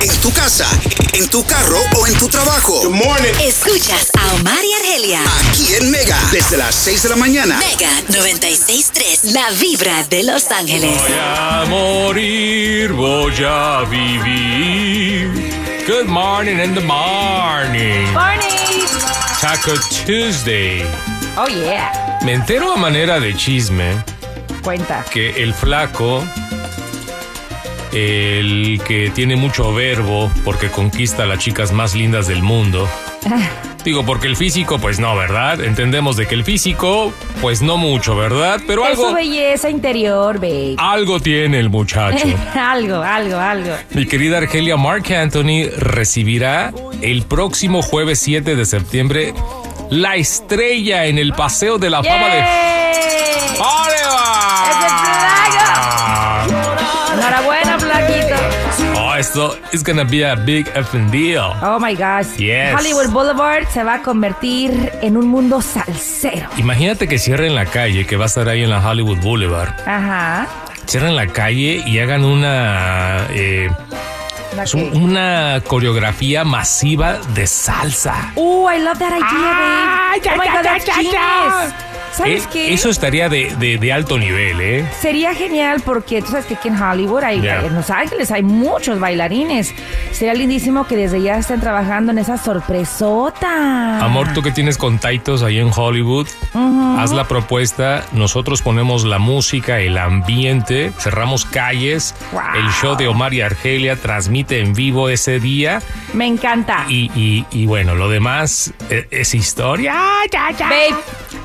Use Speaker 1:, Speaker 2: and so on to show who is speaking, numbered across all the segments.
Speaker 1: En tu casa, en tu carro o en tu trabajo.
Speaker 2: Escuchas a Omar y Argelia.
Speaker 1: Aquí en Mega, desde las 6 de la mañana.
Speaker 2: Mega 963, la vibra de Los Ángeles.
Speaker 3: a morir, voy a vivir. Good morning in the morning. Taco Tuesday.
Speaker 4: Oh yeah.
Speaker 3: Me entero a manera de chisme
Speaker 4: Cuenta.
Speaker 3: que el flaco, el que tiene mucho verbo porque conquista a las chicas más lindas del mundo. Digo, porque el físico, pues no, ¿verdad? Entendemos de que el físico, pues no mucho, ¿verdad? Pero
Speaker 4: Es su
Speaker 3: algo,
Speaker 4: belleza interior, babe.
Speaker 3: algo tiene el muchacho.
Speaker 4: algo, algo, algo.
Speaker 3: Mi querida Argelia, Mark Anthony recibirá el próximo jueves 7 de septiembre la estrella en el Paseo de la Fama de...
Speaker 4: ¡Yay!
Speaker 3: ¡Ole, va!
Speaker 4: Enhorabuena, Flaquito.
Speaker 3: Oh, esto es gonna be a big effing deal.
Speaker 4: Oh my gosh.
Speaker 3: Yes.
Speaker 4: Hollywood Boulevard se va a convertir en un mundo salsero.
Speaker 3: Imagínate que cierren la calle, que va a estar ahí en la Hollywood Boulevard.
Speaker 4: Ajá.
Speaker 3: Cierren la calle y hagan una... eh,
Speaker 4: ¿La
Speaker 3: es un-
Speaker 4: qué?
Speaker 3: una coreografía masiva de salsa. Ah,
Speaker 4: Uh, I love that idea, babe.
Speaker 3: ya,
Speaker 4: oh my
Speaker 3: ya,
Speaker 4: God,
Speaker 3: ya,
Speaker 4: that's
Speaker 3: ya, ya.
Speaker 4: genius. ¿Sabes
Speaker 3: Eh,
Speaker 4: qué?
Speaker 3: Eso estaría de, de- de alto nivel, ¿eh?
Speaker 4: Sería genial porque tú sabes que aquí en Hollywood, hay,
Speaker 3: Yeah.
Speaker 4: en Los Ángeles, hay muchos bailarines. Sería lindísimo que desde ya estén trabajando en esa sorpresota.
Speaker 3: Amor, tú que tienes contactos ahí en Hollywood, haz la propuesta, nosotros ponemos la música, el ambiente, cerramos calles,
Speaker 4: Wow.
Speaker 3: el show de Omar y Argelia transmite en vivo ese día
Speaker 4: Me encanta.
Speaker 3: y, y- y bueno, lo demás e- es, historia. Ah,
Speaker 4: Babe,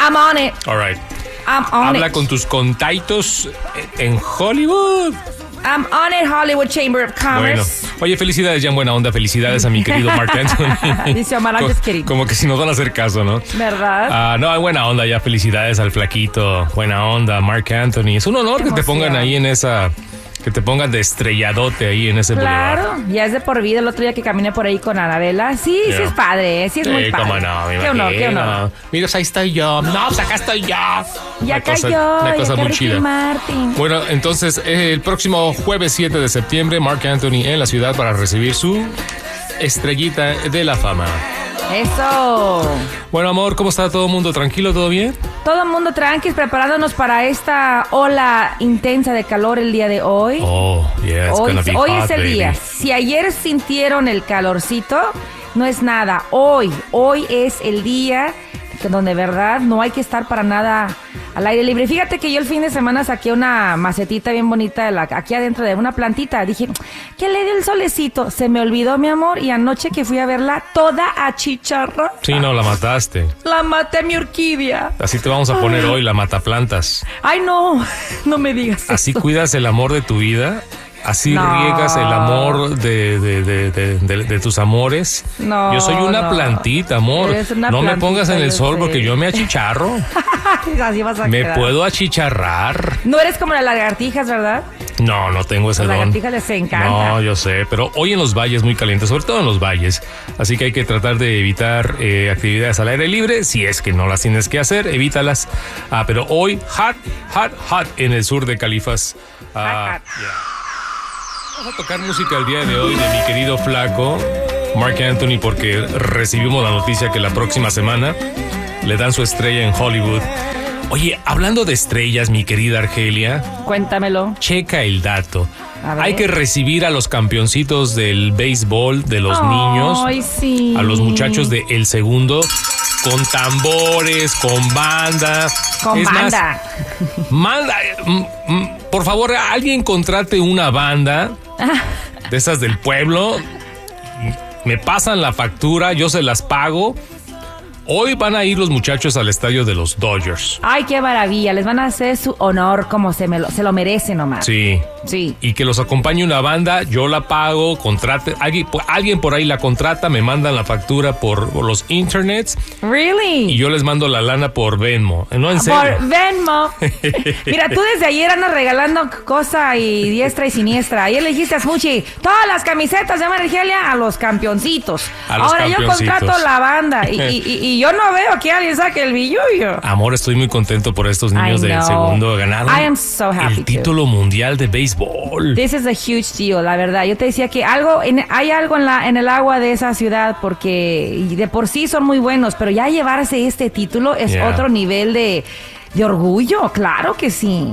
Speaker 4: I'm on it.
Speaker 3: All right.
Speaker 4: I'm on
Speaker 3: Habla
Speaker 4: it.
Speaker 3: con tus contactos en Hollywood.
Speaker 4: I'm on it, Hollywood Chamber of
Speaker 3: Bueno,
Speaker 4: Commerce.
Speaker 3: oye, felicidades, Jan Buena Onda. Felicidades a mi querido Mark Anthony.
Speaker 4: Dice Omar, I'm
Speaker 3: Co-
Speaker 4: just kidding.
Speaker 3: Como que si nos van a hacer caso, ¿no?
Speaker 4: ¿Verdad?
Speaker 3: Ah, no, buena onda ya. Felicidades al flaquito. Buena onda, Mark Anthony. Es un honor que te
Speaker 4: emoción.
Speaker 3: pongan ahí en esa... Que te pongan de estrelladote ahí en ese boulevard.
Speaker 4: Claro, ya es de por vida el otro día que caminé por ahí con Anabela. Sí, sí
Speaker 3: Yeah.
Speaker 4: es padre, eh, sí es muy
Speaker 3: Sí,
Speaker 4: padre.
Speaker 3: cómo no, me
Speaker 4: qué honor, qué
Speaker 3: imagino.
Speaker 4: honor.
Speaker 3: Mira, pues ahí estoy yo. No, pues acá estoy yo.
Speaker 4: Y
Speaker 3: Una
Speaker 4: acá
Speaker 3: cosa-
Speaker 4: yo,
Speaker 3: Una
Speaker 4: y
Speaker 3: cosa
Speaker 4: acá
Speaker 3: muy
Speaker 4: Ricky
Speaker 3: chida.
Speaker 4: Martin.
Speaker 3: Bueno, entonces, eh, el próximo jueves 7 de septiembre, Mark Anthony en la ciudad para recibir su estrellita de la fama.
Speaker 4: Eso.
Speaker 3: Bueno, amor, ¿cómo está todo el mundo? ¿Tranquilo? ¿Todo bien?
Speaker 4: Todo el mundo tranquis, preparándonos para esta ola intensa de calor el día de hoy.
Speaker 3: Oh, yeah, it's
Speaker 4: hoy
Speaker 3: gonna be
Speaker 4: hoy
Speaker 3: hot,
Speaker 4: es el
Speaker 3: baby.
Speaker 4: día. Si ayer sintieron el calorcito, no es nada. Hoy, hoy es el día que donde de verdad no hay que estar para nada al aire libre. Fíjate que yo el fin de semana saqué una macetita bien bonita de la, aquí adentro de una plantita. Dije, que le dio el solecito. Se me olvidó, mi amor, y anoche que fui a verla toda a chicharra.
Speaker 3: Sí, no, la mataste.
Speaker 4: La maté mi orquídea.
Speaker 3: Así te vamos a poner hoy, la mataplantas.
Speaker 4: Ay, no, no me digas
Speaker 3: Así
Speaker 4: eso.
Speaker 3: cuidas el amor de tu vida. Así
Speaker 4: No.
Speaker 3: riegas el amor de, de- de- de- de- de tus amores.
Speaker 4: No,
Speaker 3: yo soy una
Speaker 4: no.
Speaker 3: plantita, amor.
Speaker 4: Eres una
Speaker 3: no me
Speaker 4: plantita,
Speaker 3: pongas en el
Speaker 4: yo
Speaker 3: sol
Speaker 4: sé.
Speaker 3: porque yo me achicharro.
Speaker 4: Así vas a
Speaker 3: me
Speaker 4: quedar.
Speaker 3: puedo achicharrar.
Speaker 4: No eres como las lagartijas, ¿verdad?
Speaker 3: No, no tengo ese
Speaker 4: Las
Speaker 3: don.
Speaker 4: lagartijas les encanta.
Speaker 3: No, yo sé, pero hoy en los valles muy caliente, sobre todo en los valles. Así que hay que tratar de evitar eh, actividades al aire libre. Si es que no las tienes que hacer, evítalas. Ah, pero hoy, hot, hot, hot en el sur de Califas. Ah,
Speaker 4: Hot,
Speaker 3: yeah. Vamos a tocar música el día de hoy de mi querido flaco, Mark Anthony, porque recibimos la noticia que la próxima semana le dan su estrella en Hollywood. Oye, hablando de estrellas, mi querida Argelia,
Speaker 4: Cuéntamelo.
Speaker 3: checa el dato.
Speaker 4: A ver.
Speaker 3: Hay que recibir a los campeoncitos del béisbol, de los niños,
Speaker 4: Ay, sí.
Speaker 3: a los muchachos de El Segundo, con tambores, con banda.
Speaker 4: Con
Speaker 3: Es más,
Speaker 4: banda.
Speaker 3: manda, eh, mm, mm, por favor, alguien contrate una banda de esas del pueblo. Me pasan la factura, yo se las pago. Hoy van a ir los muchachos al estadio de los Dodgers.
Speaker 4: Ay, qué maravilla. Les van a hacer su honor como se, me lo, se lo merece nomás.
Speaker 3: Sí.
Speaker 4: Sí.
Speaker 3: Y que los acompañe una banda, yo la pago, contrate, alguien, alguien por ahí la contrata, me mandan la factura por, por los internets
Speaker 4: Really?
Speaker 3: y yo les mando la lana por Venmo. Eh, No, en serio.
Speaker 4: Por Venmo. Mira, tú desde ayer andas regalando cosa y diestra y siniestra. Ayer le dijiste a Smuchi, todas las camisetas de Marigelia a los campeoncitos.
Speaker 3: A los
Speaker 4: Ahora yo
Speaker 3: campeoncitos.
Speaker 4: contrato la banda y, y- y- y yo no veo que alguien saque el billullo.
Speaker 3: Amor, estoy muy contento por estos niños
Speaker 4: I
Speaker 3: del
Speaker 4: know.
Speaker 3: segundo ganado.
Speaker 4: I am so happy
Speaker 3: El
Speaker 4: too.
Speaker 3: título mundial de béisbol.
Speaker 4: This is a huge deal, la verdad. Yo te decía que algo en- hay algo en, la, en el agua de esa ciudad porque y de por sí son muy buenos, pero ya llevarse este título es
Speaker 3: Yeah.
Speaker 4: otro nivel de, de orgullo, claro que sí.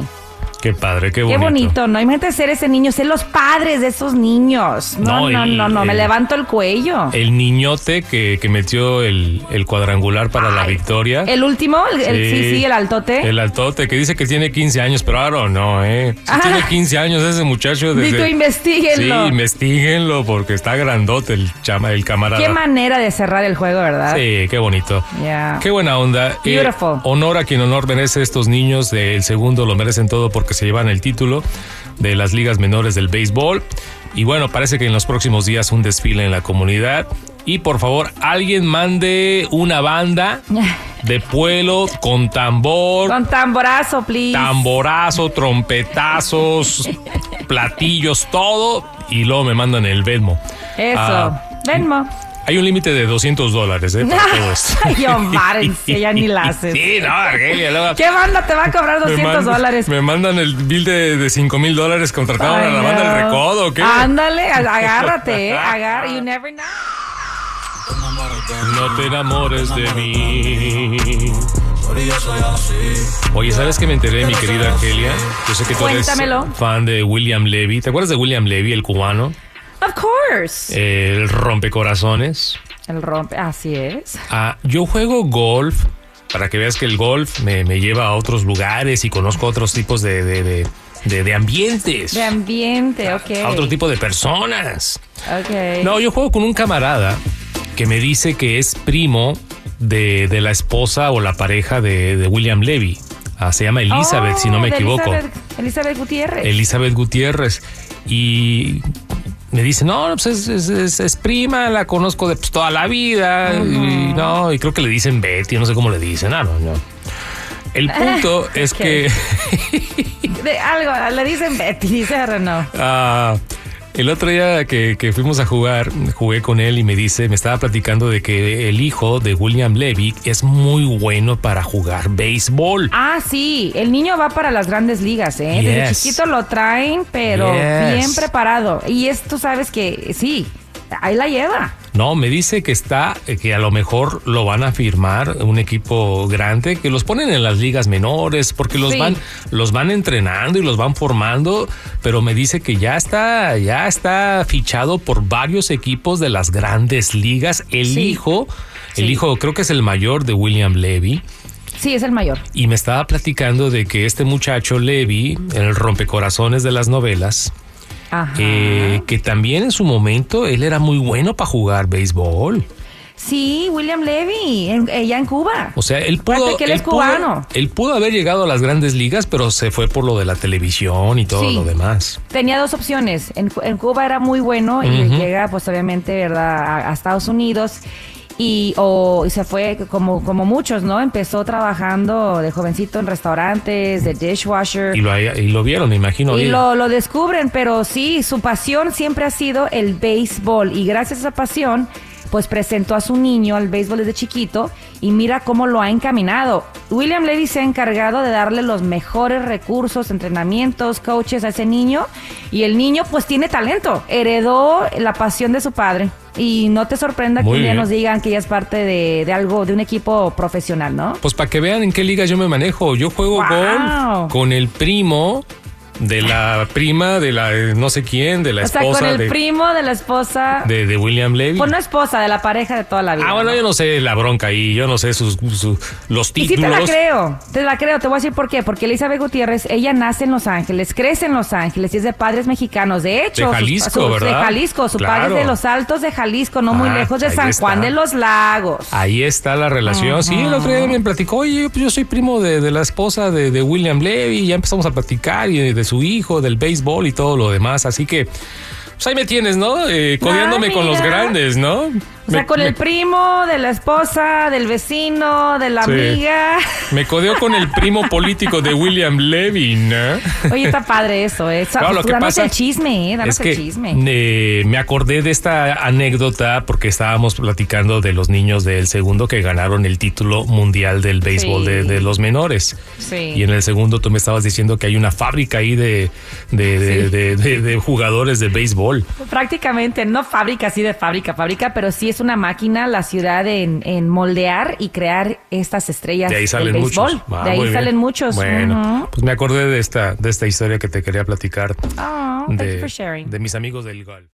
Speaker 3: Qué padre, qué bonito.
Speaker 4: Qué bonito, ¿no? Imagínate ser ese niño, ser los padres de esos niños. No,
Speaker 3: No,
Speaker 4: no,
Speaker 3: el-
Speaker 4: no, no, me
Speaker 3: el-
Speaker 4: levanto el cuello.
Speaker 3: El niñote que, que metió el, el cuadrangular para la
Speaker 4: Ay,
Speaker 3: victoria.
Speaker 4: El último, el, el- sí. sí, el altote.
Speaker 3: El altote que dice que tiene 15 años, pero ahora no, ¿eh? Si
Speaker 4: Ah.
Speaker 3: tiene 15 años ese muchacho.
Speaker 4: Dito,
Speaker 3: Desde...
Speaker 4: investiguenlo.
Speaker 3: Sí, investiguenlo porque está grandote el, chama, el camarada.
Speaker 4: Qué manera de cerrar el juego, ¿verdad?
Speaker 3: Sí, qué bonito.
Speaker 4: Yeah.
Speaker 3: Qué buena onda. Eh,
Speaker 4: Beautiful.
Speaker 3: honor a quien honor merece estos niños. El segundo lo merecen todo porque se llevan el título de las ligas menores del béisbol. Y bueno, parece que en los próximos días un desfile en la comunidad. Y por favor, alguien mande una banda de pueblo con tambor,
Speaker 4: Con tamborazo, please.
Speaker 3: tamborazo, trompetazos, platillos, todo. Y luego me mandan el Venmo.
Speaker 4: Eso.
Speaker 3: Ah,
Speaker 4: Venmo.
Speaker 3: hay un límite de 200 dólares, ¿eh? Para todo esto.
Speaker 4: Ay, Omar, en serio, ya ni la haces.
Speaker 3: Sí, no, Argelia, luego-
Speaker 4: ¿Qué banda te va a cobrar
Speaker 3: me
Speaker 4: 200
Speaker 3: mandan-
Speaker 4: dólares?
Speaker 3: Me mandan el bill de, de 5 mil dólares contratado a
Speaker 4: Ay, Ah,
Speaker 3: la banda
Speaker 4: no.
Speaker 3: del recodo, ¿o qué?
Speaker 4: Ándale, a- agárrate, eh, agar- You never know.
Speaker 3: No te enamores de mí. Oye, ¿sabes qué me enteré, mi querida Argelia? Yo sé que tú eres
Speaker 4: Cuéntamelo.
Speaker 3: fan de William Levy. ¿Te acuerdas de William Levy, el cubano? Eh,
Speaker 4: Of course.
Speaker 3: El rompecorazones.
Speaker 4: El rompe, así es.
Speaker 3: Ah, yo juego golf para que veas que el golf me, me lleva a otros lugares y conozco otros tipos de, de, de- de- de ambientes,
Speaker 4: De ambiente, ok.
Speaker 3: a otro tipo de personas.
Speaker 4: Ok.
Speaker 3: No, yo juego con un camarada que me dice que es primo de, de la esposa o la pareja de, de William Levy. Ah, se llama Elizabeth,
Speaker 4: Oh,
Speaker 3: si no me
Speaker 4: de
Speaker 3: equivoco.
Speaker 4: Elizabeth, Elizabeth Gutiérrez.
Speaker 3: Elizabeth Gutiérrez. Y me dice, no, pues es, es- es- es prima, la conozco de pues, toda la vida. Y no, y creo que le dicen Betty, no sé cómo le dicen. Ah, no, no. El punto es
Speaker 4: ok.
Speaker 3: que
Speaker 4: De algo, le dicen Betty, dice Renault.
Speaker 3: ah, el otro día que, que fuimos a jugar, jugué con él y me dice, me estaba platicando de que el hijo de William Levy es muy bueno para jugar béisbol.
Speaker 4: Ah, sí, el niño va para las grandes ligas, ¿eh? Desde
Speaker 3: Yes.
Speaker 4: chiquito lo traen, pero
Speaker 3: Yes.
Speaker 4: bien preparado. Y esto sabes que sí, ahí la lleva.
Speaker 3: No, me dice que está, eh, que a lo mejor lo van a firmar un equipo grande, que los ponen en las ligas menores, porque los
Speaker 4: Sí.
Speaker 3: van, los van entrenando y los van formando, pero me dice que ya está, ya está fichado por varios equipos de las grandes ligas. El
Speaker 4: Sí.
Speaker 3: hijo, el
Speaker 4: Sí.
Speaker 3: hijo, creo que es el mayor de William Levy.
Speaker 4: Sí, es el mayor.
Speaker 3: Y me estaba platicando de que este muchacho Levy, el rompecorazones de las novelas,
Speaker 4: Ajá.
Speaker 3: eh, que también en su momento él era muy bueno para jugar béisbol.
Speaker 4: Sí, William Levy, en- ella en Cuba.
Speaker 3: O sea, él pudo.
Speaker 4: Aparte que él es
Speaker 3: pudo-
Speaker 4: cubano.
Speaker 3: él pudo haber llegado a las grandes ligas, pero se fue por lo de la televisión y todo
Speaker 4: Sí.
Speaker 3: lo demás.
Speaker 4: Tenía dos opciones. En, Cu- en Cuba era muy bueno y llega, pues obviamente, ¿verdad?, a, a Estados Unidos. Y, o, y se fue como, como muchos, ¿no? Empezó trabajando de jovencito en restaurantes, de dishwasher.
Speaker 3: Y lo, y lo vieron, me imagino.
Speaker 4: Y
Speaker 3: bien.
Speaker 4: lo, lo descubren, pero sí, su pasión siempre ha sido el béisbol. Y gracias a esa pasión, pues presentó a su niño al béisbol desde chiquito y mira cómo lo ha encaminado. William Levy se ha encargado de darle los mejores recursos, entrenamientos, coaches a ese niño. Y el niño pues tiene talento. Heredó la pasión de su padre. Y no te sorprenda
Speaker 3: Muy
Speaker 4: que un día
Speaker 3: bien.
Speaker 4: nos digan que ella es parte de, de algo, de un equipo profesional, ¿no?
Speaker 3: Pues para que vean en qué liga yo me manejo. Yo juego
Speaker 4: Wow.
Speaker 3: golf con el primo de la prima, de la eh, no sé quién, de la
Speaker 4: O sea, con
Speaker 3: esposa
Speaker 4: el
Speaker 3: de,
Speaker 4: primo de la esposa.
Speaker 3: de- de William Levy.
Speaker 4: Pues no esposa, de la pareja de toda la vida.
Speaker 3: Ah, bueno, yo no sé la bronca ahí, yo no sé sus, su- los
Speaker 4: Y sí te
Speaker 3: títulos.
Speaker 4: la creo, te la creo, te voy a decir por qué, porque Elizabeth Gutiérrez, ella nace en Los Ángeles, crece en Los Ángeles y es de padres mexicanos, de hecho,
Speaker 3: De
Speaker 4: sus-
Speaker 3: Jalisco,
Speaker 4: sus-
Speaker 3: ¿verdad?
Speaker 4: De Jalisco, su
Speaker 3: Claro.
Speaker 4: padre es de Los Altos de Jalisco, no muy
Speaker 3: Ah,
Speaker 4: lejos de
Speaker 3: ahí
Speaker 4: San
Speaker 3: está. Ah,
Speaker 4: Juan de los Lagos.
Speaker 3: Ahí está la relación. Sí, el otro día me platicó, oye, pues yo soy primo de, de la esposa de, de William Levy, y ya empezamos a platicar y de, de su hijo, del béisbol y todo lo demás. Así que, pues ahí me tienes, ¿no? Eh, codeándome
Speaker 4: Ah,
Speaker 3: con los
Speaker 4: mira.
Speaker 3: grandes, ¿no?
Speaker 4: O sea,
Speaker 3: Me-
Speaker 4: con
Speaker 3: me-
Speaker 4: el primo, de la esposa, del vecino, de la
Speaker 3: Sí.
Speaker 4: amiga.
Speaker 3: Me codeo con el primo político de William Levy, ¿no?
Speaker 4: Oye, está padre eso, ¿eh? Sa-
Speaker 3: Claro, lo
Speaker 4: pues,
Speaker 3: que
Speaker 4: danos
Speaker 3: pasa
Speaker 4: el chisme, ¿eh? Danos
Speaker 3: es que
Speaker 4: el chisme.
Speaker 3: eh, me acordé de esta anécdota porque estábamos platicando de los niños del segundo que ganaron el título mundial del béisbol
Speaker 4: Sí.
Speaker 3: de, de los menores.
Speaker 4: Sí.
Speaker 3: Y en el segundo tú me estabas diciendo que hay una fábrica ahí de, de, de- de- de- de jugadores de béisbol.
Speaker 4: Prácticamente, no fábrica, sí de fábrica, fábrica, pero sí es una máquina la ciudad en, en moldear y crear estas estrellas
Speaker 3: De ahí
Speaker 4: del
Speaker 3: salen
Speaker 4: béisbol.
Speaker 3: muchos. Ah,
Speaker 4: de ahí
Speaker 3: muy bien.
Speaker 4: salen muchos.
Speaker 3: Bueno,
Speaker 4: Ujú.
Speaker 3: pues me acordé de esta, de esta historia que te quería platicar
Speaker 4: Oh, thank you
Speaker 3: de,
Speaker 4: for sharing.
Speaker 3: de mis amigos del golf.